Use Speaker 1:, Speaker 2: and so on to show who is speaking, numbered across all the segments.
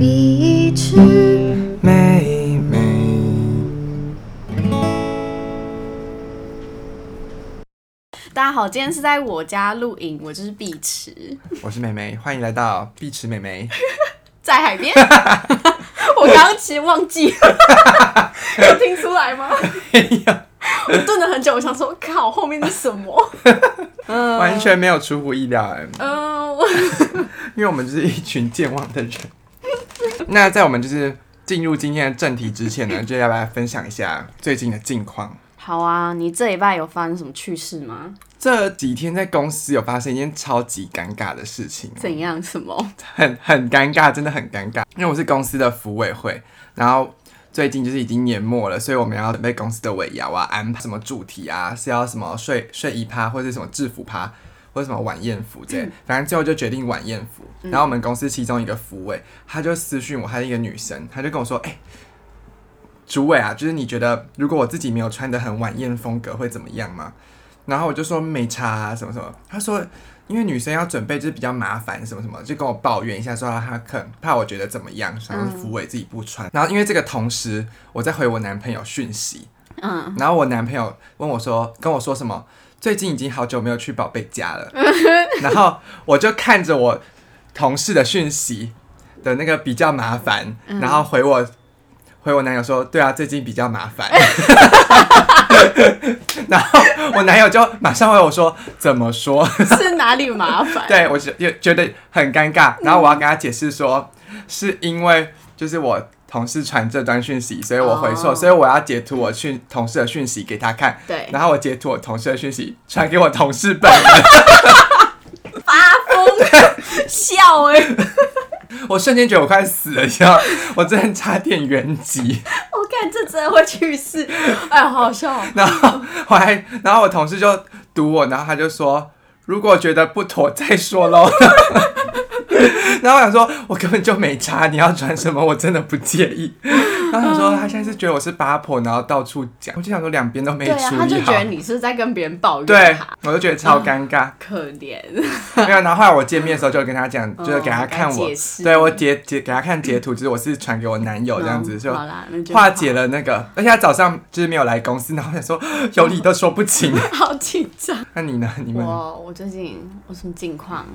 Speaker 1: 笔直，
Speaker 2: 妹妹。
Speaker 3: 大家好，今天是在我家录影，我就是碧池，
Speaker 2: 我是妹妹，欢迎来到碧池妹 妹。
Speaker 3: 在海边。 我刚刚其实忘记了， 有听出来吗？
Speaker 2: 哎
Speaker 3: 我顿了很久，我想说，靠，后面是什么？
Speaker 2: 完全没有出乎意料哎，
Speaker 3: 嗯、我
Speaker 2: 因为我们就是一群健忘 的人。那在我们就是进入今天的正题之前 呢，就要来分享一下最近的近况。
Speaker 3: 好啊，你这礼拜有发生什么趣事吗？
Speaker 2: 这几天在公司有发生一件超级尴尬的事情，
Speaker 3: 怎样？什么？
Speaker 2: 很很尴尬，真的很尴尬。因为我是公司的服委会，然后最近就是已经年末了，所以我们要准备公司的尾牙啊，安排什么主题啊，是要什么睡睡衣趴，或者什么制服趴，或者什么晚宴服之类。反正最后就决定晚宴服。然后我们公司其中一个服委，她就私讯我，她是一个女生，她就跟我说：“哎、主委啊，就是你觉得如果我自己没有穿的很晚宴风格会怎么样吗？”然后我就说没差、啊、什么什么，她说因为女生要准备就是比较麻烦什么什么，就跟我抱怨一下，说她可能怕我觉得怎么样，想要抚慰自己不穿。然后因为这个同时，我在回我男朋友讯息，
Speaker 3: 嗯，
Speaker 2: 然后我男朋友问我说，跟我说什么？最近已经好久没有去宝贝家了，然后我就看着我同事的讯息的那个比较麻烦，然后回我回我男友说，对啊，最近比较麻烦。 然后我男友就马上回我说，怎么说？
Speaker 3: 是哪里麻 烦？
Speaker 2: 对我就就觉得很尴尬，
Speaker 3: 嗯
Speaker 2: 然后我要跟他解释说，是因为就是我同事传这段讯息，所以我回错，
Speaker 3: 哦
Speaker 2: 所以我要截图我讯同事的讯息给他看，
Speaker 3: 对
Speaker 2: 然后我截图我同事的讯息传给我同事本人，
Speaker 3: 发疯笑哎、
Speaker 2: 我瞬间觉得我快死了，你知道，我真的差点原籍，
Speaker 3: 我看这真的会去世，哎，好好笑哦。
Speaker 2: 然后后来，然后我同事就堵我，然后他就说，如果觉得不妥再说喽。 然后我想说，我根本就没差，你要穿什么我真的不介意。然后想说，他现在是觉得我是八婆，然后到处讲，我就想说两边都没
Speaker 3: 对啊，
Speaker 2: 处
Speaker 3: 他就
Speaker 2: 理
Speaker 3: 觉得
Speaker 2: 好。
Speaker 3: 你是在跟别人抱
Speaker 2: 对
Speaker 3: 怨他，，
Speaker 2: 我就觉得超 尴尬。
Speaker 3: 可怜。
Speaker 2: 没有，然后后来我见面的时候就跟他讲，
Speaker 3: 嗯
Speaker 2: 就是给他看
Speaker 3: 给他
Speaker 2: 我
Speaker 3: 解，释
Speaker 2: 对我截截给他看截图，就是我是传给我男友这样子，
Speaker 3: 嗯
Speaker 2: 就
Speaker 3: 好啦，那就
Speaker 2: 化解
Speaker 3: 了。
Speaker 2: 了那个。而且他早上就是没有来公司，然后我想说有理都说不清。
Speaker 3: 好紧张。
Speaker 2: 那你呢？你们
Speaker 3: 我我最近我什么近况？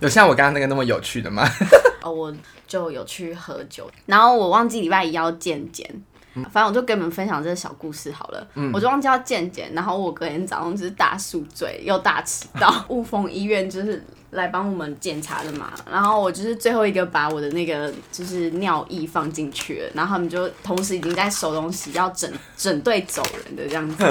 Speaker 2: 有像我刚刚那个那么有趣的吗？
Speaker 3: 哦，我就有去喝酒，然后我忘记礼拜一要健检。
Speaker 2: 嗯
Speaker 3: 反正我就跟你们分享这个小故事好了，我就忘记要健检，然后我隔天早上就是大宿醉又大迟到， 雾峰医院就是来帮我们检查的嘛，然后我就是最后一个把我的那个就是尿液放进去了，然后他们就同时已经在收东西，要整整队走人的这样子，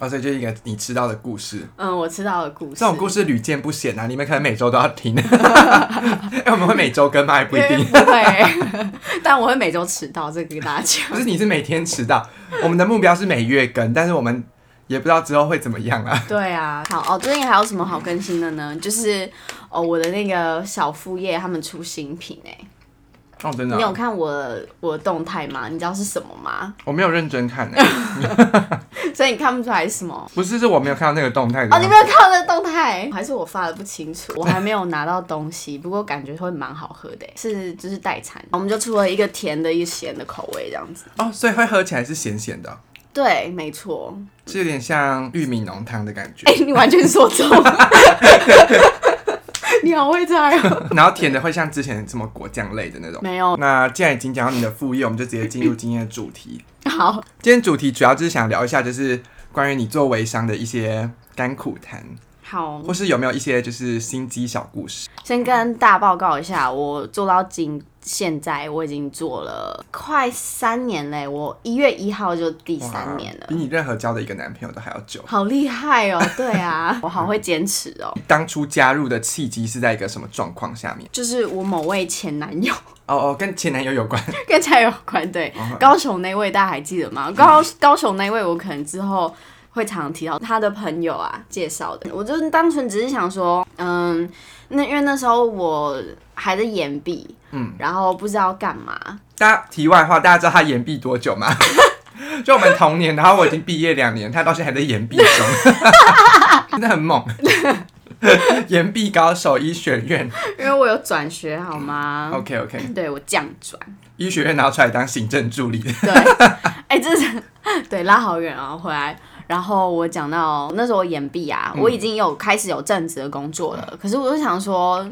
Speaker 2: 哦，所以就是一个你知道的故事，
Speaker 3: 嗯，我知道的故事，
Speaker 2: 这种故事屡见不鲜啊！你们可能每周都要听。 哎、我们会每周更吗？也不一
Speaker 3: 因为
Speaker 2: 定。
Speaker 3: 不会， 但我会每周迟到，这个给大家讲。
Speaker 2: 不是，你是每天迟到。我们的目标是每月更，但是我们也不知道之后会怎么样啊。
Speaker 3: 对啊，好哦，最近还有什么好更新的呢？就是哦，我的那个小副业他们出新品哎、
Speaker 2: 哦，真的
Speaker 3: 你有
Speaker 2: 哦、
Speaker 3: 看我我的动态吗？你知道是什么 吗？
Speaker 2: 我没有认真看、 欸，
Speaker 3: 所以你看不出来是什么
Speaker 2: 不是，是我没有看到那个动态的。
Speaker 3: 哦？你没有看到那动态，还是我发的不清楚？我还没有拿到东西，不过感觉会蛮好喝的欸、是就是代餐，我们就出了一个甜的、一个咸的口味这样子。
Speaker 2: 哦，所以会喝起来是咸咸的哦、
Speaker 3: 对，没错。
Speaker 2: 是有点像玉米浓汤的感 觉
Speaker 3: 哎、。你完全说中了， 你好会猜哦。
Speaker 2: 然后甜的会像之前什么果酱类的那种。
Speaker 3: 没有，
Speaker 2: 那既然已经讲到你的副业，我们就直接进入今天的主题。
Speaker 3: 好，
Speaker 2: 今天主题主要就是想聊一下，就是关于你做微商的一些甘苦谈，
Speaker 3: 好，
Speaker 2: 或是有没有一些就是心机小故事。
Speaker 3: 先跟大家报告一下，我做到今现在，我已经做了快三年嘞，我一月一号就第三年
Speaker 2: 哇
Speaker 3: 了
Speaker 2: 比。你任何交的一个男朋友都还要久。
Speaker 3: 好厉害哦！对啊， 我好会坚持哦。
Speaker 2: 当初加入的契机是在一个什么状况下面？
Speaker 3: 就是我某位前男友
Speaker 2: 哦哦，跟前男友有关。
Speaker 3: 跟家有关，对，高雄那位大家还记得吗？高高雄那位，我可能之后会常提到他的朋友啊介绍的。我就是单纯只是想说，嗯，那因为那时候我还在延毕，嗯，然后不知道干嘛，
Speaker 2: 大家题外话，大家知道他延毕多久吗？ 就我们同 年，然后我已经毕业两年，他到现在还在延毕中，真的很猛。 岩壁高手医学院
Speaker 3: 因为我有转学好吗？
Speaker 2: ，OK 嗯 OK，
Speaker 3: 对我降转，
Speaker 2: 医学院拿出来当行政助理，
Speaker 3: 对，哎、这是对拉好远啊，回来。然后我讲到那时候我延毕啊，我已经有开始有正职的工作了，可是我就想说，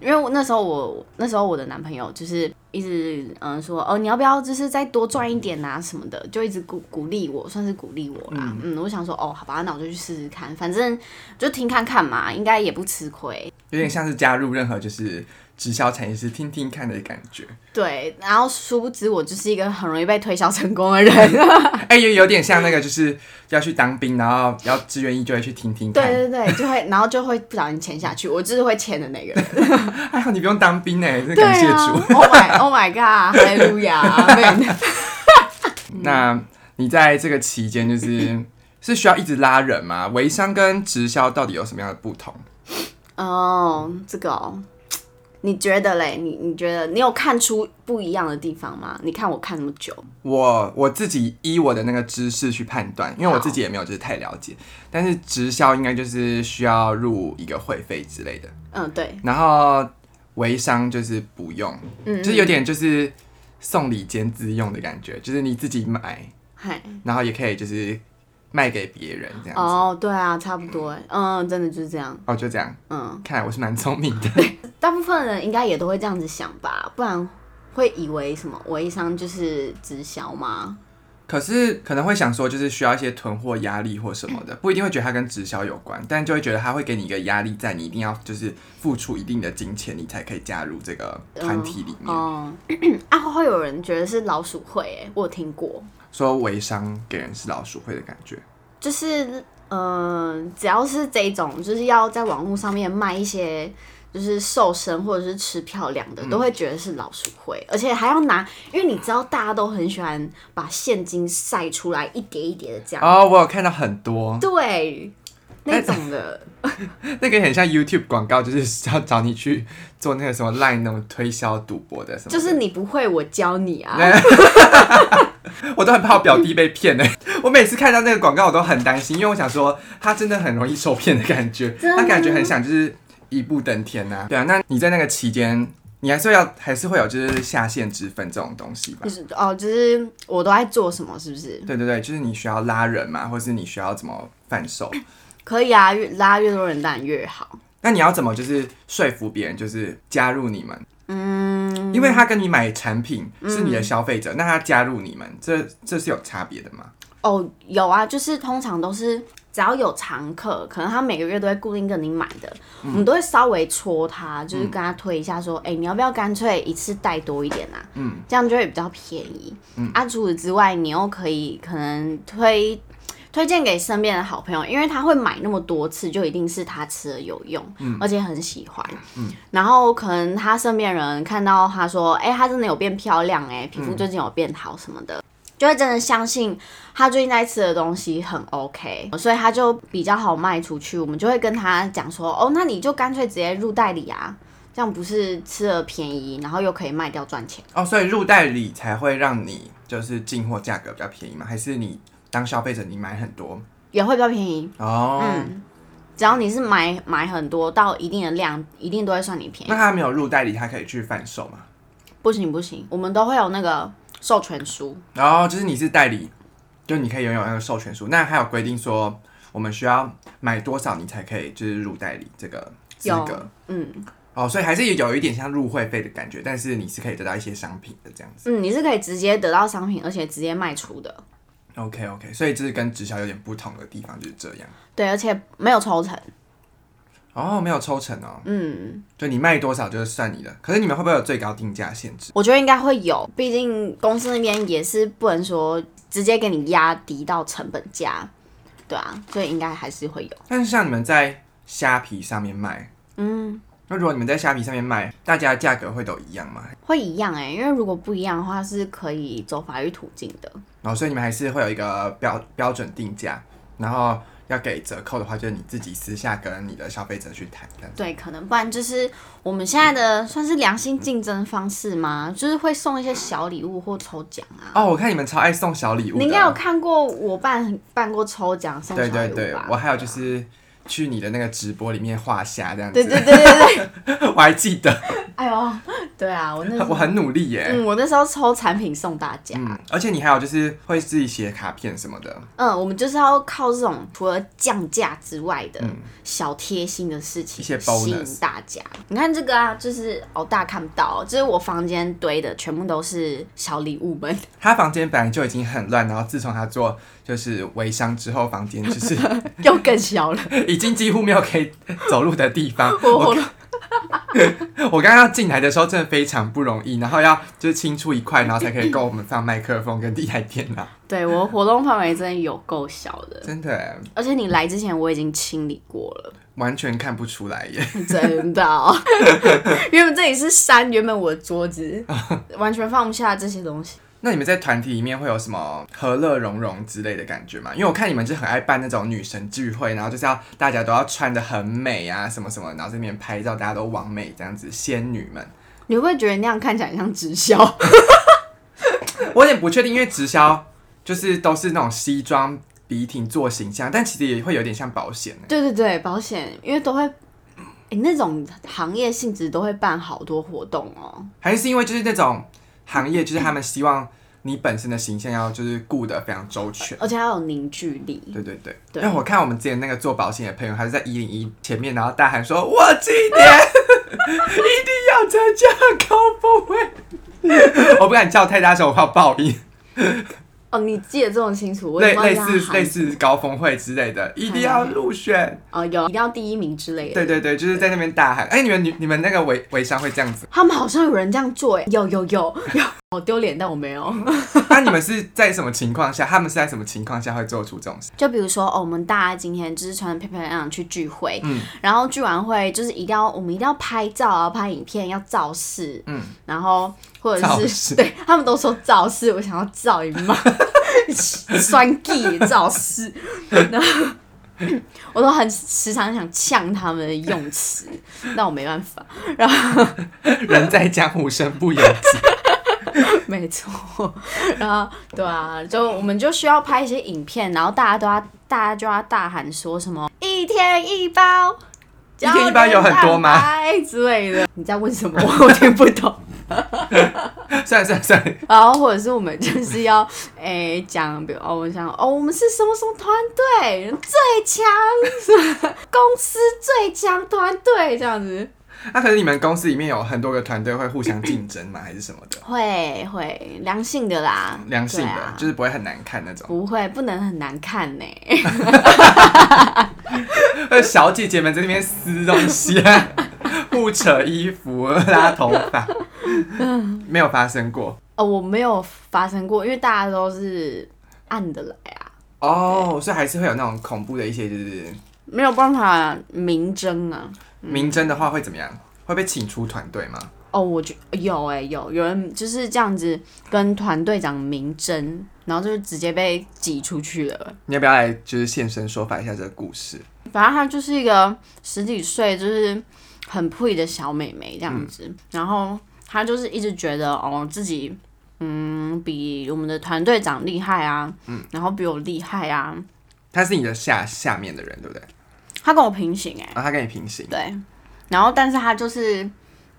Speaker 3: 因为我那时候我那时候我的男朋友就是一直嗯说哦你要不要就是再多赚一点啊什么的，就一直鼓鼓励我，算是鼓励我啦。嗯我想说哦好吧，那我就去试试看，反正就听看看嘛，应该也不吃亏。
Speaker 2: 有点像是加入任何就是直销产业是听听看的感觉。
Speaker 3: 对，然后殊不知我就是一个很容易被推销成功的人。
Speaker 2: 哎、有有点像那个就是要去当兵，然后要志愿役就会去听听看。
Speaker 3: 对对对，就会，然后就会不小心潜下去。我就是会潜的那个人。
Speaker 2: 还好你不用当兵哎、真的
Speaker 3: 对
Speaker 2: 感谢
Speaker 3: 啊
Speaker 2: 主。
Speaker 3: ，Oh my Oh my God，哈利路亚，Amen
Speaker 2: 那你在这个期间就是是需要一直拉人吗？微商跟直销到底有什么样的不同？
Speaker 3: 哦，这个哦，你觉得嘞？你你觉得你有看出不一样的地方吗？你看我看那么久，
Speaker 2: 我我自己依我的那个知识去判断，因为我自己也没有就是太了解。但是直销应该就是需要入一个会费之类的，
Speaker 3: 嗯，对，
Speaker 2: 然后微商就是不用，
Speaker 3: 嗯，
Speaker 2: 就是有点就是送礼兼自用的感觉，就是你自己买，
Speaker 3: 嗨，
Speaker 2: 然后也可以就是卖给别人这样子。
Speaker 3: 哦，对啊，差不多，哎，嗯，真的就是这样，
Speaker 2: 哦，就这样，
Speaker 3: 嗯，
Speaker 2: 看来我是蛮聪明的。
Speaker 3: 大部分人应该也都会这样子想吧，不然会以为什么微商就是直销吗？
Speaker 2: 可是可能会想说，就是需要一些囤货压力或什么的，不一定会觉得它跟直销有关，但就会觉得它会给你一个压力在，你一定要就是付出一定的金钱，你才可以加入这个团体里面。
Speaker 3: 哦、 啊，会会有人觉得是老鼠会、欸，我有听过，
Speaker 2: 说微商给人是老鼠会的感觉，
Speaker 3: 就是呃，只要是这种，就是要在网络上面卖一些就是瘦身或者是吃漂亮的，都会觉得是老鼠会，而且还要拿，因为你知道大家都很喜欢把现金晒出来一叠一叠的这样，
Speaker 2: 哦，我有看到很多，
Speaker 3: 对，那种的。
Speaker 2: 那个很像 YouTube 广告，就是 要找你去做那个什么 Line 那种推销赌博的什么
Speaker 3: 就
Speaker 2: 的，
Speaker 3: 是你不会，我教你啊。
Speaker 2: 我都很怕我表弟被骗呢、 我每次看到那个广告，我都很担心，因为我想说他真的很容易受骗的感觉，
Speaker 3: 真的吗
Speaker 2: 他感觉很想就是一步登天呐、对啊，那你在那个期间，你还是要还是会有就是下线之分这种东西吧
Speaker 3: 就？是哦，就是我都在做什么，是不是？
Speaker 2: 对对对，就是你需要拉人嘛，或是你需要怎么贩售？
Speaker 3: 可以啊，越拉越多人当然越好。
Speaker 2: 那你要怎么就是说服别人就是加入你们？
Speaker 3: 嗯，
Speaker 2: 因为他跟你买产品是你的消费者，那他加入你们，这这是有差别的吗？
Speaker 3: 哦，有啊，就是通常都是只要有常客，可能他每个月都会固定跟你买的，我们都会稍微戳他，就是跟他推一下说，哎、你要不要干脆一次带多一点啊？嗯，这样就会比较便宜。嗯，啊，除此之外，你又可以可能推。推荐给身边的好朋友，因为他会买那么多次，就一定是他吃的有用，而且很喜欢。然后可能他身边人看到他说，哎、他真的有变漂亮、哎，皮肤最近有变好什么的，就会真的相信他最近在吃的东西很 OK，所以他就比较好卖出去。我们就会跟他讲说，哦，那你就干脆直接入代理啊，这样不是吃了便宜，然后又可以卖掉赚钱。
Speaker 2: 哦，所以入代理才会让你就是进货价格比较便宜吗？还是你当消费者你买很多？
Speaker 3: 也会比较便宜，
Speaker 2: 哦，
Speaker 3: 只要你是买买很多到一定的量，一定都会算你便宜
Speaker 2: 那。他没有入代理，他可以去贩售嘛？
Speaker 3: 不行不行，我们都会有那个授权书，
Speaker 2: 然后哦就是你是代理，就你可以拥有那个授权书。那还有规定说，我们需要买多少你才可以就是入代理这个资
Speaker 3: 有
Speaker 2: 格。
Speaker 3: 嗯
Speaker 2: 哦，所以还是有一点像入会费的感觉，但是你是可以得到一些商品的这样子。
Speaker 3: 嗯，你是可以直接得到商品，而且直接卖出的，
Speaker 2: OK OK，所以这是跟直销有点不同的地方，就是这样。
Speaker 3: 对，而且没有抽成，
Speaker 2: 哦，没有抽成哦，
Speaker 3: 嗯。
Speaker 2: 就你卖多少就是算你的。可是你们会不会有最高定价限制？
Speaker 3: 我觉得应该会有，毕竟公司那边也是不能说直接给你压低到成本价，对啊，所以应该还是会有。
Speaker 2: 但是像你们在虾皮上面卖，
Speaker 3: 嗯，
Speaker 2: 那如果你们在虾皮上面卖，大家的价格会都一样吗？
Speaker 3: 会一样哎、因为如果不一样的话，是可以走法律途径的。
Speaker 2: 然哦后所以你们还是会有一个标标准定价，然后要给折扣的话，就是你自己私下跟你的消费者去谈这样
Speaker 3: 对，可能不然就是我们现在的算是良性竞争方式吗？就是会送一些小礼物或抽奖啊。
Speaker 2: 哦，我看你们超爱送小礼物的，哦
Speaker 3: 你应该有看过我办办过抽奖送小
Speaker 2: 对
Speaker 3: 礼物吧？
Speaker 2: 对对，我还有就是去你的那个直播里面画虾这样
Speaker 3: 对
Speaker 2: 子，
Speaker 3: 对对对 对，
Speaker 2: 我还记得，
Speaker 3: 哎呦，对啊，我那时
Speaker 2: 我
Speaker 3: 候，
Speaker 2: 很努力耶。
Speaker 3: 嗯，我那时候抽产品送大家，
Speaker 2: 嗯，而且你还有就是会自己写卡片什么的，
Speaker 3: 嗯，我们就是要靠这种除了降价之外的小贴心的事情，
Speaker 2: 嗯一些
Speaker 3: 吸
Speaker 2: bonus
Speaker 3: 引大家。你看这个啊，就是哦，大家看不到哦，就是我房间堆的全部都是小礼物们，
Speaker 2: 他房间本来就已经很乱，然后自从他做就是微商之后，房间就是
Speaker 3: 又更小了。
Speaker 2: 已经几乎没有可以走路的地方。
Speaker 3: 我
Speaker 2: 我
Speaker 3: 我
Speaker 2: 我刚刚进来的时候真的非常不容易，然后要就是清出一块，然后才可以够我们放麦克风跟地台电脑，
Speaker 3: 对我活动范围真的有够小的，
Speaker 2: 真的
Speaker 3: 而且你来之前我已经清理过了，
Speaker 2: 完全看不出来耶。
Speaker 3: 真的哦、 原本这里是山，原本我的桌 子完全放不下这些东西。
Speaker 2: 那你们在团体里面会有什么和乐融融之类的感觉吗？因为我看你们就很爱办那种女神聚会，然后就是要大家都要穿的很美啊，什么什么，然后这边拍照，大家都完美这样子，仙女们。
Speaker 3: 你会不会觉得那样看起来很像直销？
Speaker 2: 我有点不确定，因为直销就是都是那种西装笔挺做形象，但其实也会有点像保险欸
Speaker 3: 对对对，保险，因为都会，诶那种行业性质都会办好多活动哦。
Speaker 2: 还是因为就是那种行业，就是他们希望你本身的形象要就是顾得非常周全。
Speaker 3: 而且还有凝聚力。
Speaker 2: 对对对，因
Speaker 3: 对
Speaker 2: 为我看我们之前那个做保险的朋友，他是在一零一前面，然后大喊说：“我今 年一定要参加高峰会。” 我不敢叫太大声，我怕爆音。
Speaker 3: 哦，你记得这么清楚，我也
Speaker 2: 类
Speaker 3: 不知
Speaker 2: 类
Speaker 3: 道你在
Speaker 2: 似
Speaker 3: 喊
Speaker 2: 类似高峰会之类的，一定要入选。
Speaker 3: 哦，有一定要第一名之类的。
Speaker 2: 对对对，就是在那边大喊。哎、你们你你们那个微微商会这样子？
Speaker 3: 他们好像有人这样做，哎，有有有有，好丢脸，但我没有。
Speaker 2: 那、啊你们是在什么情况下？他们是在什么情况下会做出这种事？
Speaker 3: 就比如说，哦，我们大家今天就是穿得漂漂亮亮去聚会，
Speaker 2: 嗯
Speaker 3: 然后聚完会就是一定要，我们一定要拍照啊，拍影片，要造势，
Speaker 2: 嗯，
Speaker 3: 然后或者
Speaker 2: 造
Speaker 3: 是
Speaker 2: 势
Speaker 3: 对他们都说造势，我想要造一骂，酸 G 造 势，然后我都很时常想呛他们的用词，但我没办法，
Speaker 2: 人在江湖身不由己。
Speaker 3: 没错，然后对啊，就我们就需要拍一些影片，然后大家都要，大家就要大喊说什么“一天一包”，
Speaker 2: 一天一包有很多吗
Speaker 3: 胶原蛋白之类的？你在问什么？我听不懂。
Speaker 2: 算了算了算了，
Speaker 3: 然后或者是我们就是要诶讲、比如哦，我想哦，我们是什么什么团队最强，公司最强团队这样子。
Speaker 2: 那、啊可是你们公司里面有很多个团队会互相竞争吗？还是什么的？
Speaker 3: 会会良性的啦，
Speaker 2: 良性
Speaker 3: 对
Speaker 2: 的，
Speaker 3: 啊
Speaker 2: 就是不会很难看那种。
Speaker 3: 不会不能很难看呢、
Speaker 2: 呃，小姐姐们在那边撕东西、啊， 互扯衣服、拉头 发，没有发生过。
Speaker 3: 哦，我没有发生过，因为大家都是按的来啊，
Speaker 2: 哦，所以还是会有那种恐怖的一些，
Speaker 3: 嗯
Speaker 2: 就是
Speaker 3: 没有办法明争啊。
Speaker 2: 明争的话会怎么样？会被请出团队吗？
Speaker 3: 哦，我觉有哎、有有人就是这样子跟团队长明争，然后就直接被挤出去了。
Speaker 2: 你要不要来就是现身说法一下这个故事？
Speaker 3: 反正她就是一个十几岁，就是很配的小妹妹这样子，然后她就是一直觉得哦自己嗯比我们的团队长厉害啊，嗯，然后比我厉害啊，
Speaker 2: 他是你的下下面的人，对不对？
Speaker 3: 她跟我平行哎、
Speaker 2: 然后他跟你平行，
Speaker 3: 对，然后但是他就是，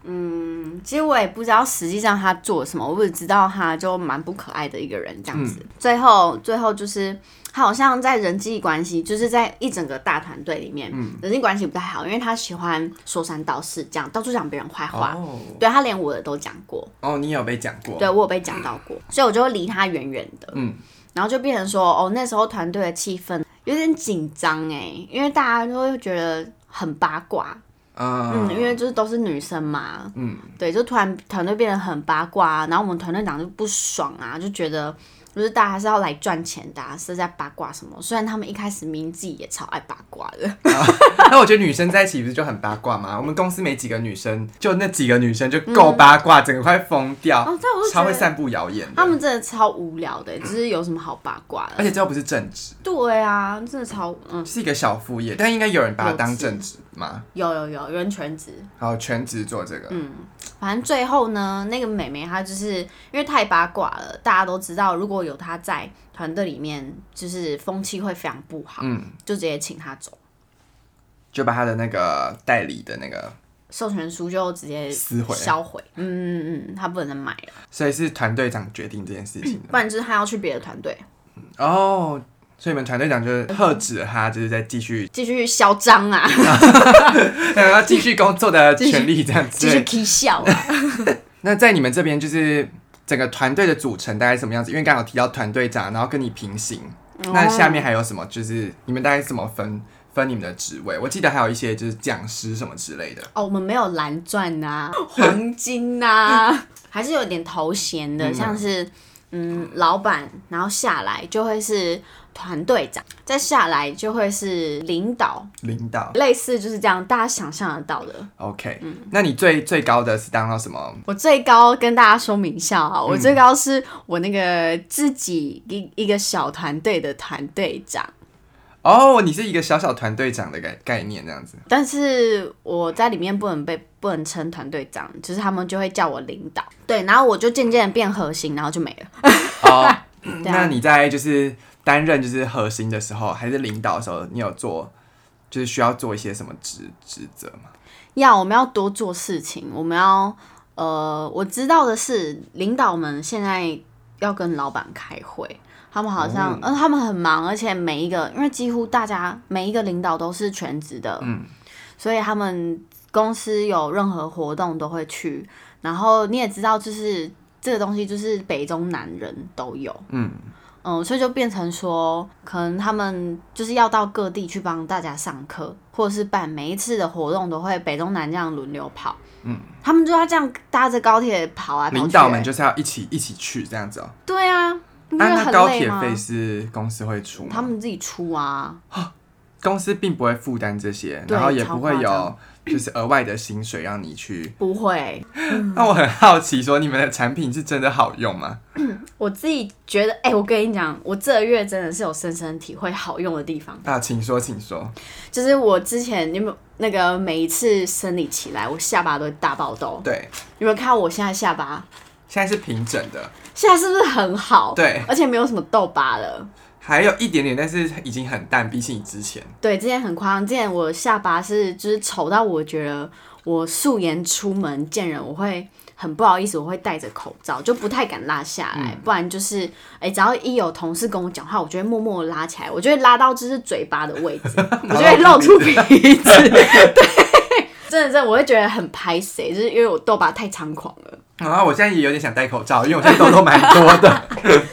Speaker 3: 嗯，其实我也不知道实际上他做了什么，我只知道他就蛮不可爱的一个人这样子。
Speaker 2: 嗯
Speaker 3: 最后，最后就是他好像在人际关系，就是在一整个大团队里面，
Speaker 2: 嗯
Speaker 3: 人际关系不太好，因为他喜欢说三道四，讲到处讲别人坏话。
Speaker 2: 哦
Speaker 3: 对他连我的都讲过，
Speaker 2: 哦，你也有被讲过，
Speaker 3: 对我有被讲到过，所以我就离他远远的，
Speaker 2: 嗯
Speaker 3: 然后就变成说，哦，那时候团队的气氛有点紧张哎，因为大家都会觉得很八卦，
Speaker 2: 嗯
Speaker 3: 嗯，因为就是都是女生嘛，
Speaker 2: 嗯，
Speaker 3: 对，就突然团队变得很八卦、啊，然后我们团队长就不爽啊，就觉得就是大家是要来赚钱的、啊，是在八卦什么？虽然他们一开始明自己也超爱八卦的，
Speaker 2: 那我觉得女生在一起不是就很八卦吗？我们公司没几个女生，就那几个女生就够八卦，整个快疯掉，
Speaker 3: 哦，但我就
Speaker 2: 啊超
Speaker 3: 觉
Speaker 2: 会
Speaker 3: 得
Speaker 2: 散布谣言的
Speaker 3: 他们真的超无聊的、就是有什么好八卦
Speaker 2: 而
Speaker 3: 的？
Speaker 2: 且这又不是正职，
Speaker 3: 对啊，真的超嗯，
Speaker 2: 是一个小副业，但应该有人把它当正职嘛，
Speaker 3: 有有有，有人全职，
Speaker 2: 然后全职做这个，
Speaker 3: 嗯反正最后呢，那个美眉她就是因为太八卦了，大家都知道，如果有她在团队里面，就是风气会非常不好，
Speaker 2: 嗯，
Speaker 3: 就直接请她走。
Speaker 2: 就把他的那个代理的那个，
Speaker 3: 授权书就直接
Speaker 2: 撕毁
Speaker 3: 销毁。嗯嗯嗯，他不能再买了，
Speaker 2: 所以是团队长决定这件事情的。
Speaker 3: 不然就是他要去别的团队
Speaker 2: 哦，所以你们团队长就是喝止了他，就是在继续，
Speaker 3: 继续嚣张啊，
Speaker 2: 让他继续工作的权利这样
Speaker 3: 继续
Speaker 2: 子。
Speaker 3: 踢笑啊。
Speaker 2: 那在你们这边就是整个团队的组成大概什么样子？因为刚刚有提到团队长，然后跟你平行，
Speaker 3: 哦
Speaker 2: 那下面还有什么？就是你们大概怎么分分你们的职位？我记得还有一些就是讲师什么之类的。
Speaker 3: 哦，我们没有蓝钻呐、黄金呐、 还是有点头衔的，像是嗯老板，然后下来就会是团队长，再下来就会是领导，
Speaker 2: 领导
Speaker 3: 类似就是这样，大家想象得到的。
Speaker 2: ，OK，、那
Speaker 3: 嗯
Speaker 2: 你最最高的是当到什么？
Speaker 3: 我最高跟大家说明一下啊，
Speaker 2: 嗯
Speaker 3: 我最高是我那个自己一一个小团队的团队长，
Speaker 2: 哦，你是一个小小团队长的概概念这样子。
Speaker 3: 但是我在里面不能被不能称团队长，就是他们就会叫我领导。对，然后我就渐渐地变核心，然后就没了。
Speaker 2: 哦，
Speaker 3: 对
Speaker 2: 那
Speaker 3: 啊，
Speaker 2: 你在就是担任就是核心的时候，还是领导的时候，你有做就是需要做一些什么职职责吗？
Speaker 3: 要我们要多做事情，我们要呃，我知道的是，领导们现在要跟老板开会。他们好
Speaker 2: 哦
Speaker 3: 像，嗯、他们很忙，而且每一个，因为几乎大家每一个领导都是全职的，
Speaker 2: 嗯，
Speaker 3: 所以他们公司有任何活动都会去。然后你也知道，就是这个东西就是北中南人都有，
Speaker 2: 嗯
Speaker 3: 嗯，所以就变成说，可能他们就是要到各地去帮大家上课，或者是办每一次的活动都会北中南这样轮流跑。
Speaker 2: 嗯，
Speaker 3: 他们就要这样搭着高铁跑啊，跑去
Speaker 2: 领导们
Speaker 3: 欸
Speaker 2: 就是要一起一起去这样子哦、
Speaker 3: 对啊，你不
Speaker 2: 啊
Speaker 3: 觉得
Speaker 2: 那
Speaker 3: 很
Speaker 2: 高
Speaker 3: 累
Speaker 2: 铁
Speaker 3: 吗？
Speaker 2: 费是公司会出吗？
Speaker 3: 他们自己出啊，
Speaker 2: 公司并不会负担这些，
Speaker 3: 对
Speaker 2: 然后也不会
Speaker 3: 超夸
Speaker 2: 有
Speaker 3: 张
Speaker 2: 就是额外的薪水让你去。
Speaker 3: 不会，
Speaker 2: 那我很好奇，说你们的产品是真的好用吗？
Speaker 3: 我自己觉得，哎、我跟你讲，我这个月真的是有深深体会好用的地方，
Speaker 2: 啊，请说，请说。
Speaker 3: 就是我之前你们那个每一次生理期来，我下巴都会大爆痘，
Speaker 2: 对，
Speaker 3: 你们看到我现在下巴，
Speaker 2: 现在是平整的，
Speaker 3: 现在是不是很好？
Speaker 2: 对
Speaker 3: 而且没有什么痘疤了。
Speaker 2: 还有一点点，但是已经很淡，比起你之前。
Speaker 3: 对，之前很夸张，之前我下巴是就是丑到我觉得我素颜出门见人我会很不好意思，我会戴着口罩，就不太敢拉下来，不然就是哎、只要一有同事跟我讲话，我就会默默地拉起来，我就会拉到就是嘴巴的 位置，我就会露出鼻子。对，真的真的，我会觉得很拍谁，就是因为我痘疤太猖狂了。
Speaker 2: 然啊后我现在也有点想戴口罩，因为我现在痘痘蛮多的。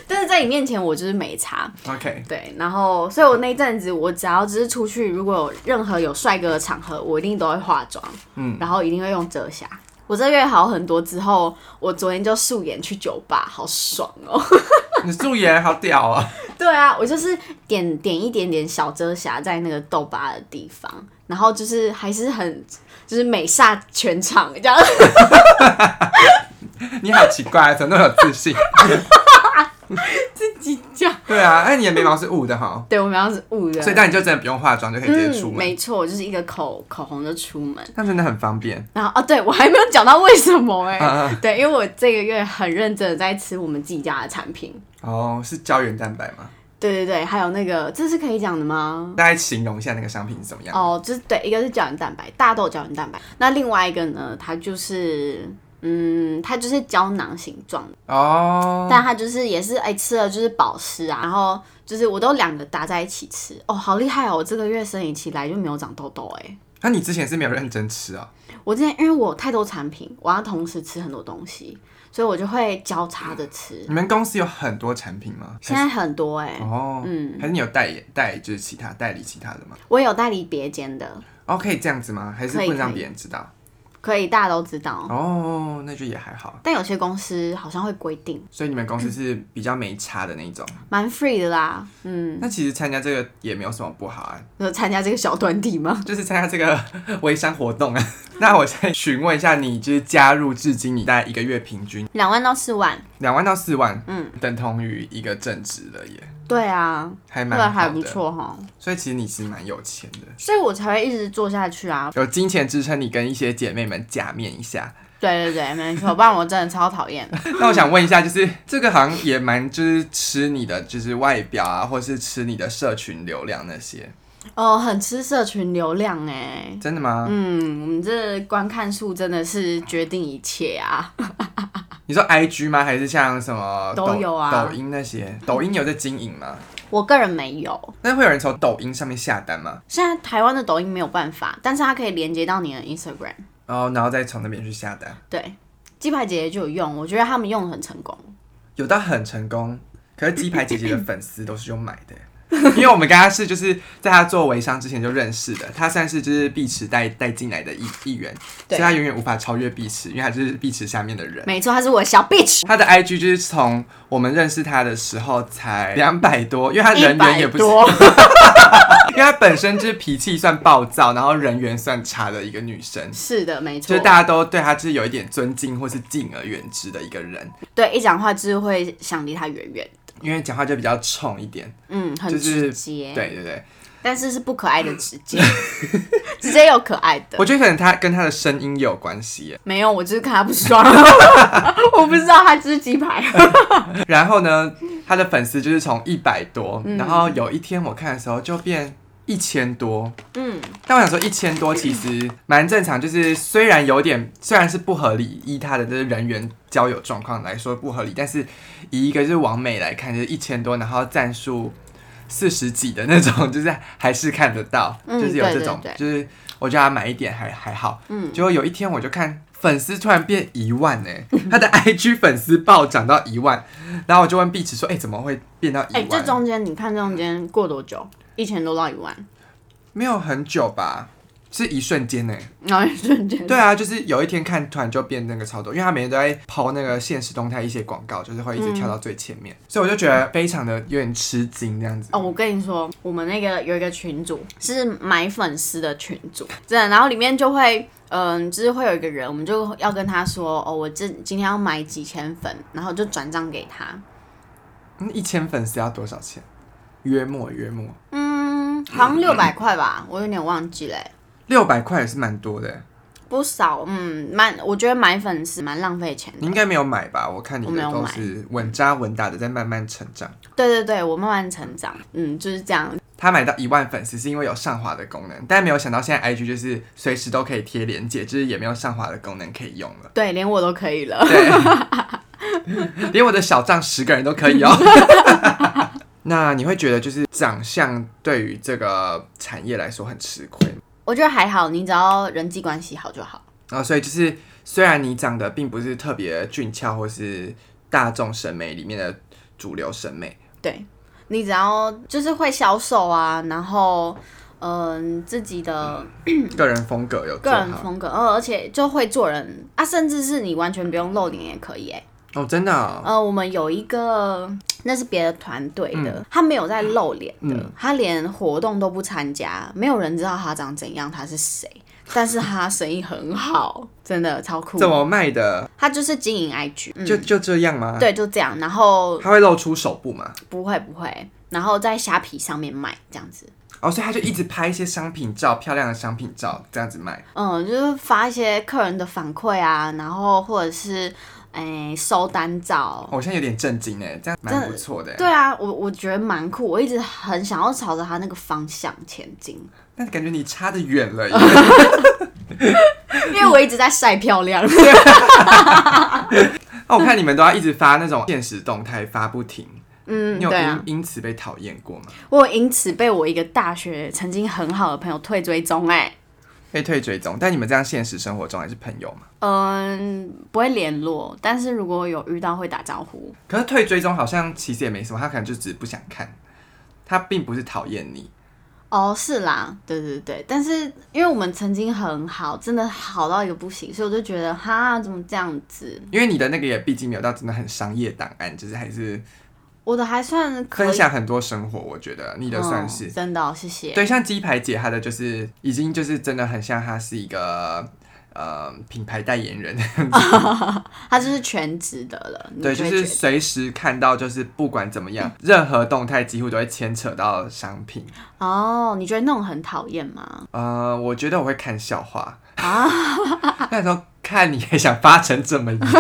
Speaker 3: 但是在你面前，我就是没差。
Speaker 2: OK，
Speaker 3: 对，然后，所以我那一阵子，我只要只是出去，如果有任何有帅哥的场合，我一定都会化妆，
Speaker 2: 嗯，
Speaker 3: 然后一定会用遮瑕。我这个月好很多之后，我昨天就素颜去酒吧，好爽哦！
Speaker 2: 你素颜好屌啊、
Speaker 3: 对啊，我就是点点一点点小遮瑕在那个痘疤的地方，然后就是还是很就是美煞全场这样。
Speaker 2: 你好奇怪，啊怎么那么有自信？
Speaker 3: 自己讲，
Speaker 2: 对啊，哎，你的眉毛是雾的哈，
Speaker 3: 对我们要是误的，
Speaker 2: 所以但你就真的不用化妆就可以直接
Speaker 3: 嗯，
Speaker 2: 出门，
Speaker 3: 没错，我就是一个口口红就出门。
Speaker 2: 那真的很方便。
Speaker 3: 然后哦，对我还没有讲到为什么哎、
Speaker 2: 啊
Speaker 3: 对，因为我这个月很认真的在吃我们自己家的产品，
Speaker 2: 哦，是胶原蛋白吗？
Speaker 3: 对对对，还有那个这是可以讲的吗？
Speaker 2: 大概形容一下那个商品是怎么样？
Speaker 3: 哦，就是对，一个是胶原蛋白，大豆胶原蛋白，那另外一个呢，它就是嗯，它就是胶囊形状的，
Speaker 2: 哦，
Speaker 3: 但它就是也是哎、吃了就是保湿啊，然后就是我都两个搭在一起吃，哦，好厉害哦，我这个月生理期来就没有长痘痘哎、
Speaker 2: 那你之前是没有认真吃哦？
Speaker 3: 我之前因为我太多产品，我要同时吃很多东西，所以我就会交叉着吃。
Speaker 2: 你们公司有很多产品吗？
Speaker 3: 现在很多哎、
Speaker 2: 哦，嗯，还是你有代言代就是其他代理其他的吗？
Speaker 3: 我有代理别间的，
Speaker 2: 哦，可以这样子吗？还是
Speaker 3: 可以
Speaker 2: 不能让
Speaker 3: 可以
Speaker 2: 别人知道？
Speaker 3: 可以大家都知道，
Speaker 2: 哦，那就也还好。
Speaker 3: 但有些公司好像会规定，
Speaker 2: 所以你们公司是比较没差的那一种。
Speaker 3: 蛮 free 的啦。嗯，
Speaker 2: 那其实参加这个也没有什么不好啊，
Speaker 3: 有参加这个小团体吗？
Speaker 2: 就是参加这个 微商活动啊。那我先询问一下你，就是加入至今，你大概一个月平均
Speaker 3: 两万到四万，
Speaker 2: 两万到四万，
Speaker 3: 嗯，
Speaker 2: 等同于一个正职了耶，
Speaker 3: 对啊，
Speaker 2: 还
Speaker 3: 这
Speaker 2: 蛮
Speaker 3: 个
Speaker 2: 好
Speaker 3: 还不
Speaker 2: 的。
Speaker 3: 错哈，
Speaker 2: 所以其实你是蛮有钱的，
Speaker 3: 所以我才会一直做下去啊。
Speaker 2: 有金钱支撑你跟一些姐妹们假面一下。
Speaker 3: 对对对，没错，不然我真的超讨厌。
Speaker 2: 那我想问一下，就是这个好像也蛮就是吃你的就是外表啊，或是吃你的社群流量那些。
Speaker 3: 哦，很吃社群流量哎。
Speaker 2: 真的吗？
Speaker 3: 嗯，我们这观看数真的是决定一切啊！
Speaker 2: 你说 I G 吗？还是像什么
Speaker 3: 都有啊
Speaker 2: 抖音那些，抖音有在经营吗？
Speaker 3: 我个人没有，
Speaker 2: 那会有人从抖音上面下单吗？
Speaker 3: 现在台湾的抖音没有办法，但是它可以连接到你的 Instagram。
Speaker 2: 然后，然后再从那边去下单，
Speaker 3: 对，鸡排姐姐就有用，我觉得他们用的很成功。
Speaker 2: 有到很成功。可是鸡排姐姐的粉丝都是用买的。欸 因为我们跟她是就是在她做微商之前就认识的，她算是就是碧池带带进来的一一员，所
Speaker 3: 对
Speaker 2: 以她永远无法超越碧池，因为她就是碧池下面的人。
Speaker 3: 没错，她是我的小 bitch。
Speaker 2: 她的 IG 就是从我们认识她的时候才两百多，因为她人缘
Speaker 3: 百
Speaker 2: 也不是，
Speaker 3: 多，
Speaker 2: 因为她本身就是脾气算暴躁，然后人缘算差的一个女生，
Speaker 3: 是的，没错
Speaker 2: 就是。大家都对她就是有一点尊敬或是敬而远之的一个人，
Speaker 3: 对，一讲话就是会想离她远远。
Speaker 2: 因为讲话就比较冲一点，
Speaker 3: 嗯，很
Speaker 2: 就是
Speaker 3: 直接，
Speaker 2: 对对对，
Speaker 3: 但是是不可爱的直 接，直接有可爱的。
Speaker 2: 我觉得可能她跟她的声音也有关系耶。
Speaker 3: 没有，我就是看她不 爽，我不知道她吃鸡排。
Speaker 2: 然后呢，她的粉丝就是从一百多，
Speaker 3: 嗯
Speaker 2: 然后有一天我看的时候就变一千多。
Speaker 3: 嗯，
Speaker 2: 但我想说一千多其实蛮正常，就是虽然有点虽然是不合理，依她的这人员交友状况来说不合理，但是以一个就是网美来看，就是一千多，然后赞数四十几的那种， 就是还是看得到，
Speaker 3: 嗯
Speaker 2: 就是有这种，
Speaker 3: 对对对
Speaker 2: 就是我觉得她买一点还还好。
Speaker 3: 嗯
Speaker 2: 结果有一天我就看粉丝突然变一万 呢、她的 IG 粉丝暴涨到一万，然后我就问碧池说：“哎、怎么会变到一
Speaker 3: 哎、
Speaker 2: 万？”
Speaker 3: 这中间你看这中间过多久？一千多到一万，
Speaker 2: 没有很久吧，是一瞬间呢、
Speaker 3: 然后一瞬间，
Speaker 2: 对啊，就是有一天看突然就变那个超多，因为他每天都在抛那个现实动态一些广告，就是会一直跳到最前
Speaker 3: 嗯
Speaker 2: 面，所以我就觉得非常的有点吃惊这样子。
Speaker 3: 哦，我跟你说，我们那个有一个群组是买粉丝的群组，真的，然后里面就会，嗯、就是会有一个人，我们就要跟他说，哦，我这今天要买几千粉，然后就转账给他，
Speaker 2: 嗯，一千粉丝要多少钱？约莫约莫
Speaker 3: 嗯，好像六百块吧，我有点忘记嘞、
Speaker 2: 六百块也是蛮多的、欸
Speaker 3: 不少，嗯，蛮，我觉得买粉丝蛮浪费钱
Speaker 2: 你
Speaker 3: 的。
Speaker 2: 应该没有买吧？我看你
Speaker 3: 我没
Speaker 2: 的
Speaker 3: 有
Speaker 2: 都
Speaker 3: 买
Speaker 2: 是稳扎稳打的在慢慢成长。
Speaker 3: 对对对，我慢慢成长，嗯，就是这样，
Speaker 2: 他买到一万粉丝是因为有上滑的功能，但没有想到现在 IG 就是随时都可以贴链接，就是也没有上滑的功能可以用了。
Speaker 3: 对，连我都可以了。
Speaker 2: 对，连我的小账十个人都可以哦。 那你会觉得就是长相对于这个产业来说很吃亏吗
Speaker 3: 我觉得还好，你只要人际关系好就好。
Speaker 2: 然哦后所以就是虽然你长得并不是特别俊俏或是大众审美里面的主流审美，
Speaker 3: 对你只要就是会销售啊，然后嗯自己的
Speaker 2: 个人风格有
Speaker 3: 嗯个
Speaker 2: 做
Speaker 3: 人
Speaker 2: 好
Speaker 3: 风格，呃，而且就会做人啊，甚至是你完全不用露脸也可以哎、
Speaker 2: 哦，真的哦、
Speaker 3: 呃，我们有一个那是别的团队的，
Speaker 2: 嗯
Speaker 3: 他没有在露脸的，他连活动都不参加，没有人知道他长怎样，他是谁。但是他生意很好，真的超酷。
Speaker 2: 怎么卖的？
Speaker 3: 他就是经营 IG，、嗯、
Speaker 2: 就啊就这样吗？
Speaker 3: 对，就这样。然后
Speaker 2: 他会露出手部嘛？
Speaker 3: 不会不会，然后在虾皮上面卖这样子。
Speaker 2: 哦，所以他就一直拍一些商品照，漂亮的商品照这样子卖。
Speaker 3: 嗯，就是发一些客人的反馈啊，然后或者是诶、收单照。
Speaker 2: 哦我现在有点震惊哎，这样蛮不错的欸。
Speaker 3: 对啊，我我觉得蛮酷，我一直很想要朝着他那个方向前进，
Speaker 2: 但感觉你差得远了耶，
Speaker 3: 因为我一直在晒漂 亮。
Speaker 2: 哦，我看你们都要一直发那种现实动态发不停，
Speaker 3: 嗯，
Speaker 2: 你有因、
Speaker 3: 对啊，
Speaker 2: 因此被讨厌过吗？
Speaker 3: 我有因此被我一个大学曾经很好的朋友退追踪、哎，
Speaker 2: 被退追踪，但你们这样现实生活中还是朋友嘛？
Speaker 3: 嗯，不会联络，但是如果有遇到会打招呼。
Speaker 2: 可是退追踪好像其实也没什么，他可能就只是不想看，他并不是讨厌你。
Speaker 3: 哦，是啦，对对对，但是因为我们曾经很好，真的好到一个不行，所以我就觉得哈，怎么这样子？
Speaker 2: 因为你的那个也毕竟没有到真的很商业档案，就是还是
Speaker 3: 我的还算可以，
Speaker 2: 分享很多生活，我觉得你的算是、
Speaker 3: 嗯、真的、哦，谢谢。
Speaker 2: 对，像鸡排姐她的就是已经就是真的很像她是一个呃品牌代言人，
Speaker 3: 他就是全职的了，你
Speaker 2: 对，
Speaker 3: 就
Speaker 2: 就
Speaker 3: 会
Speaker 2: 是
Speaker 3: 觉得
Speaker 2: 随时看到，就是不管怎么样，任何动态几乎都会牵扯到商品。
Speaker 3: 哦，你觉得那种很讨厌吗？
Speaker 2: 呃，我觉得我会看笑 话啊，那时候看你还想发成怎么样，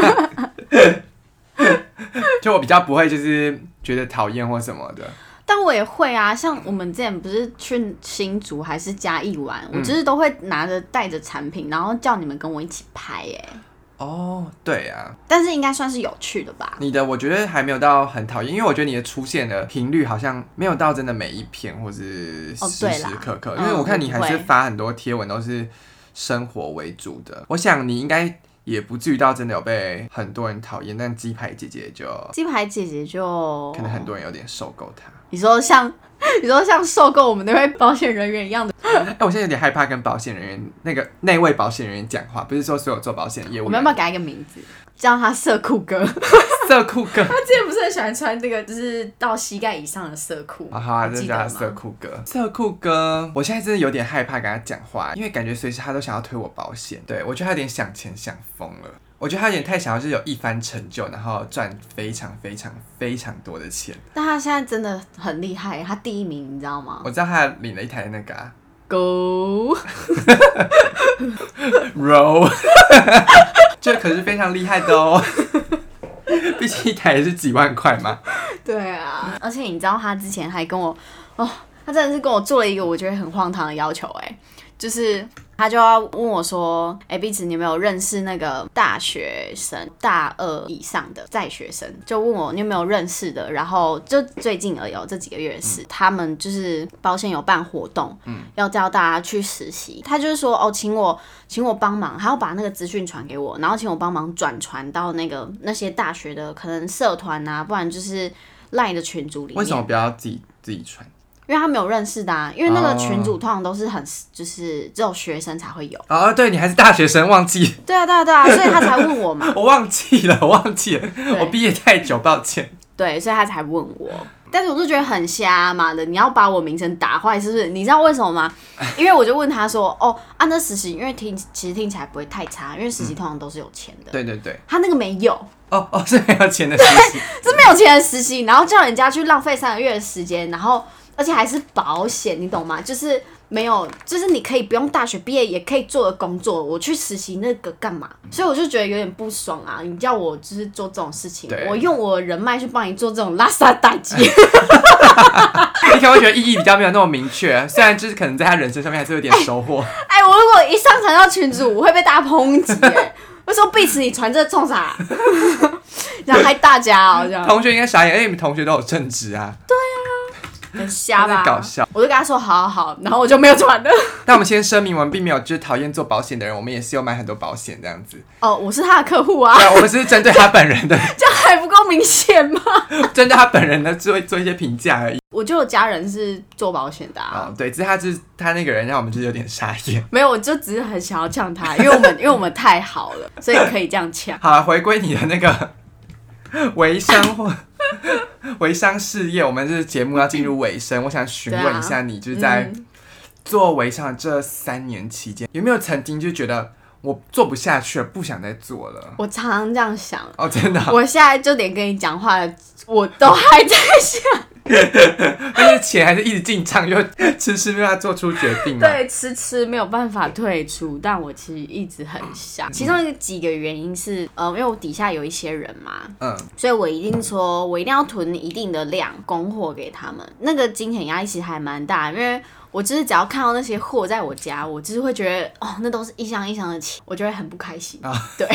Speaker 2: 就我比较不会就是觉得讨厌或什么的。
Speaker 3: 但我也会啊，像我们之前不是去新竹还是嘉义玩，
Speaker 2: 嗯
Speaker 3: 我就是都会拿着带着产品，然后叫你们跟我一起拍耶、
Speaker 2: 哦，对啊，
Speaker 3: 但是应该算是有趣的吧？
Speaker 2: 你的我觉得还没有到很讨厌，因为我觉得你的出现的频率好像没有到真的每一篇或是
Speaker 3: 哦
Speaker 2: 时
Speaker 3: 对
Speaker 2: 时
Speaker 3: 啦
Speaker 2: 刻刻，
Speaker 3: 嗯
Speaker 2: 因为我看你还是
Speaker 3: 不会
Speaker 2: 发很多贴文都是生活为主的，我想你应该也不至于到真的有被很多人讨厌，但鸡排姐姐就
Speaker 3: 鸡排姐姐就
Speaker 2: 可能很多人有点受够她。
Speaker 3: 你说像 你说像受够我们那位保险人员一样的，
Speaker 2: 哎、我现在有点害怕跟保险人员那个那位保险人员讲话，不是说所有做保险的业务
Speaker 3: 我们
Speaker 2: 员
Speaker 3: 要不要给他一个名字，叫他色裤哥？他
Speaker 2: 色酷哥？
Speaker 3: 之前不是很喜欢穿这个，就是到膝盖以上的色裤
Speaker 2: 啊好啊，
Speaker 3: 你
Speaker 2: 就
Speaker 3: 记
Speaker 2: 叫
Speaker 3: 得
Speaker 2: 他
Speaker 3: 吗？
Speaker 2: 色酷哥。色酷哥，我现在真的有点害怕跟他讲话，因为感觉随时他都想要推我保险。对我觉得他有点想钱想疯了，我觉得他有点太想要就是有一番成就，然后赚非常非常非常多的钱。
Speaker 3: 但他现在真的很厉害，他第一名，你知道吗？
Speaker 2: 我知道他领了一台那个、啊、
Speaker 3: 狗
Speaker 2: roll，这可是非常厉害的哦， 毕竟一台也是几万块嘛。
Speaker 3: 对啊，而且你知道他之前还跟我，哦，他真的是跟我做了一个我觉得很荒唐的要求、哎，就是他就要问我说，哎、b 子，你有没有认识那个大学生，大二以上的在学生？就问我你有没有认识的，然后就最近而已哦，这几个月的事，他们就是保险有办活动，嗯，要叫大家去实习，他就是说，哦，请我请我帮忙，还要把那个资讯传给我，然后请我帮忙转传到那个那些大学的可能社团啊，不然就是赖的群组里面。
Speaker 2: 为什么不要自己自己穿？
Speaker 3: 因为他没有认识的啊，因为那个群主通常都是很就是只有学生才会有。
Speaker 2: 哦，对你还是大学生，忘记
Speaker 3: 对啊，对啊，对 啊，所以他才问我嘛。
Speaker 2: 我忘记了，我忘记了，我毕业太久，抱歉。
Speaker 3: 对，所以他才问我。但是我就觉得很瞎嘛的，你要把我名声打坏是不是？你知道为什么吗？因为我就问他说，哦，啊那实习，因为听其实听起来不会太差，因为实习通常都是有钱的。
Speaker 2: 对对对，
Speaker 3: 他那个没有，
Speaker 2: 哦哦， 是没有钱的事情。
Speaker 3: 是没有钱的实习，然后叫人家去浪费三个月的时间，然后而且还是保险，你懂吗？就是没有，就是你可以不用大学毕业也可以做的工作，我去实习那个干嘛？所以我就觉得有点不爽啊！你叫我就是做这种事情
Speaker 2: 对，
Speaker 3: 我用我的人脉去帮你做这种拉萨代机，
Speaker 2: 你可能会觉得意义比较没有那么明确，虽然就是可能在他人生上面还是有点收获。
Speaker 3: 哎，我如果一上传到群组，我会被大家抨击、 哎，我说碧池你传这冲啥？ 然后害大家哦、这样。
Speaker 2: 同学应该傻眼，因为你们同学都有正职啊。
Speaker 3: 很瞎吧？
Speaker 2: 他在搞笑
Speaker 3: 我就跟他说好好好，然后我就没有传了。
Speaker 2: 但我们先声明，我们并没有就是讨厌做保险的人，我们也是有买很多保险这样子。
Speaker 3: 哦，我是他的客户啊
Speaker 2: 对，，我们是针对他本人的，
Speaker 3: 这样还不够明显吗？
Speaker 2: 针对他本人的做做一些评价而已。
Speaker 3: 我就有家人是做保险的啊，
Speaker 2: 啊、对，只是他就是他那个人让我们就是有点傻眼。
Speaker 3: 没有，我就只是很想要呛他，因为我们 因为我们太好了，所以可以这样呛。
Speaker 2: 好了，回归你的那个 微商或 微商事业，我们这节目要进入尾声，我想询问一下你，就是在
Speaker 3: 嗯
Speaker 2: 做微商的这三年期间，有没有曾经就觉得我做不下去了，不想再做了？
Speaker 3: 我常常这样想，
Speaker 2: 哦，真的啊、
Speaker 3: 我现在就连跟你讲话，我都还在想。
Speaker 2: 但是钱还是一直进账，就迟迟没有要做出决定嘛。
Speaker 3: 对，迟迟没有办法退出，但我其实一直很想。其中几个原因是，呃，因为我底下有一些人嘛，
Speaker 2: 嗯，
Speaker 3: 所以我一定说，我一定要囤一定的量供货给他们。那个金钱压力其实还蛮大，因为我就是只要看到那些货在我家，我就是会觉得哦，那都是一箱一箱的钱，我就会很不开心。对，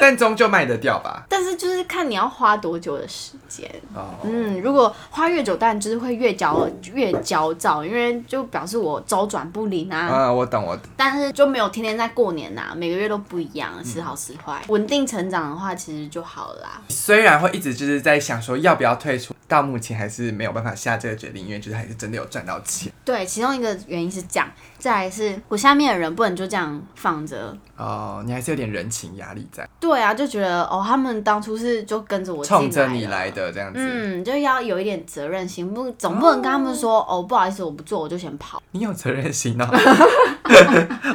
Speaker 2: 但终究卖得掉吧？
Speaker 3: 但是就是看你要花多久的时间。
Speaker 2: 哦，
Speaker 3: 嗯，如果花越久，当然就是会越焦越焦躁，因为就表示我周转不灵啊，
Speaker 2: 嗯，我懂，我懂。
Speaker 3: 但是就没有天天在过年呐、每个月都不一样，时好时坏。稳定成长的话，其实就好了啦。
Speaker 2: 虽然会一直就是在想说要不要退出，到目前还是没有办法下这个决定，因为就是还是真的有赚到钱。
Speaker 3: 对，其中一个原因是这样，再来是我下面的人不能就这样放着。
Speaker 2: 哦，你还是有点人情压力在，
Speaker 3: 对啊，就觉得哦，他们当初是就跟着我进
Speaker 2: 冲着
Speaker 3: 来
Speaker 2: 你
Speaker 3: 的
Speaker 2: 来的这样子。
Speaker 3: 嗯，就要有一点责任心，不总不能跟他们说哦不好意思，我不做，我就先跑。
Speaker 2: 你有责 任心哦，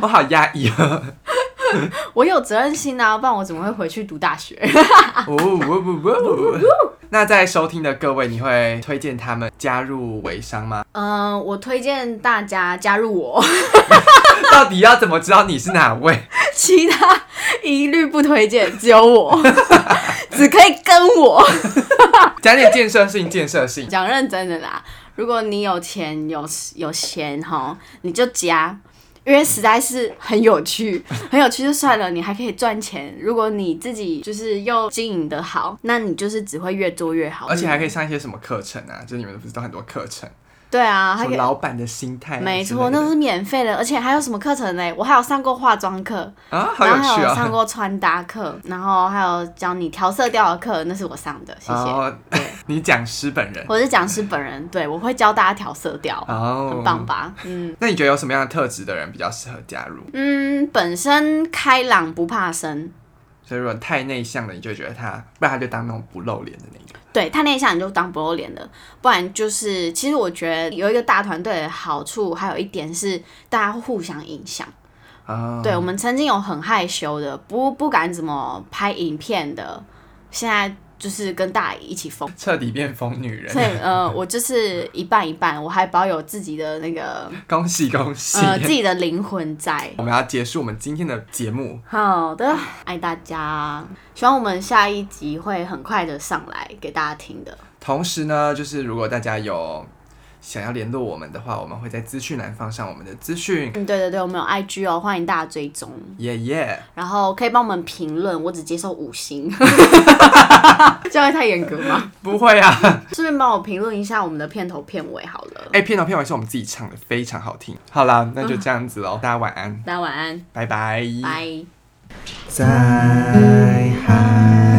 Speaker 2: 我好压抑哦。
Speaker 3: 我有责任心啊，不然我怎么会回去读大学？ 啊
Speaker 2: 呜呜呜呜！那在收听的各位，你会推荐他们加入微商吗？
Speaker 3: 嗯，我推荐大家加入我，
Speaker 2: 到底要怎么知道你是哪位？
Speaker 3: 其他一律不推荐，只有我。 只可以跟我
Speaker 2: 讲点建设性，建设性。
Speaker 3: 讲认真的啦。如果你有钱有有闲哈，你就加，因为实在是很有趣，很有趣就算了，你还可以赚钱。如果你自己就是又经营的好，那你就是只会越做越好，
Speaker 2: 而且还可以上一些什么课程啊？就是你们不是都很多课程，
Speaker 3: 对啊，还
Speaker 2: 什
Speaker 3: 可
Speaker 2: 么
Speaker 3: 以。
Speaker 2: 老板的心态啊之类的，
Speaker 3: 没错，那都是免费的，而且还有什么课程呢？我还有上过化妆课，
Speaker 2: 啊，好有
Speaker 3: 然后还
Speaker 2: 趣
Speaker 3: 有上
Speaker 2: 哦。
Speaker 3: 过穿搭课，然后还有教你调色调的课，那是我上的，谢谢。
Speaker 2: 哦， 你讲师本人
Speaker 3: 我是讲师本人，对我会教大家调色调，
Speaker 2: 哦，
Speaker 3: 很棒。吧？嗯
Speaker 2: 那你觉得有什么样的特质的人比较适合加入？
Speaker 3: 嗯，本身开朗不怕生，
Speaker 2: 所以如果太内向的，你就会觉得他，不然他就当那种不露脸的那个。
Speaker 3: 对，太内向你就当不露脸的，不然就是其实我觉得有一个大团队的好处，还有一点是大家会互相影响。
Speaker 2: 哦，
Speaker 3: 对，我们曾经有很害羞的，不不敢怎么拍影片的，现在就是跟大家一起疯。
Speaker 2: 彻底变疯女人
Speaker 3: 所以。呃，我就是一半一半，我还保有自己的那个
Speaker 2: 恭喜恭喜！
Speaker 3: 呃自己的灵魂在。
Speaker 2: 我们要结束我们今天的节目，
Speaker 3: 好的，爱大家，希望我们下一集会很快的上来给大家听的。
Speaker 2: 同时呢，就是如果大家有想要联络我们的话，我们会在资讯栏放上我们的资讯。
Speaker 3: 嗯，对对对，我们有 IG 哦，欢迎大家追踪，
Speaker 2: 耶耶，
Speaker 3: 然后可以帮我们评论，我只接受五星， 这样会太严格吗？
Speaker 2: 不会啊！
Speaker 3: 顺便帮我评论一下我们的片头片尾好了，
Speaker 2: 哎、片头片尾是我们自己唱的，非常好听。好啦，那就这样子喽，大家晚安，
Speaker 3: 嗯大家晚安，
Speaker 2: 拜拜。
Speaker 3: 拜。
Speaker 2: 在海。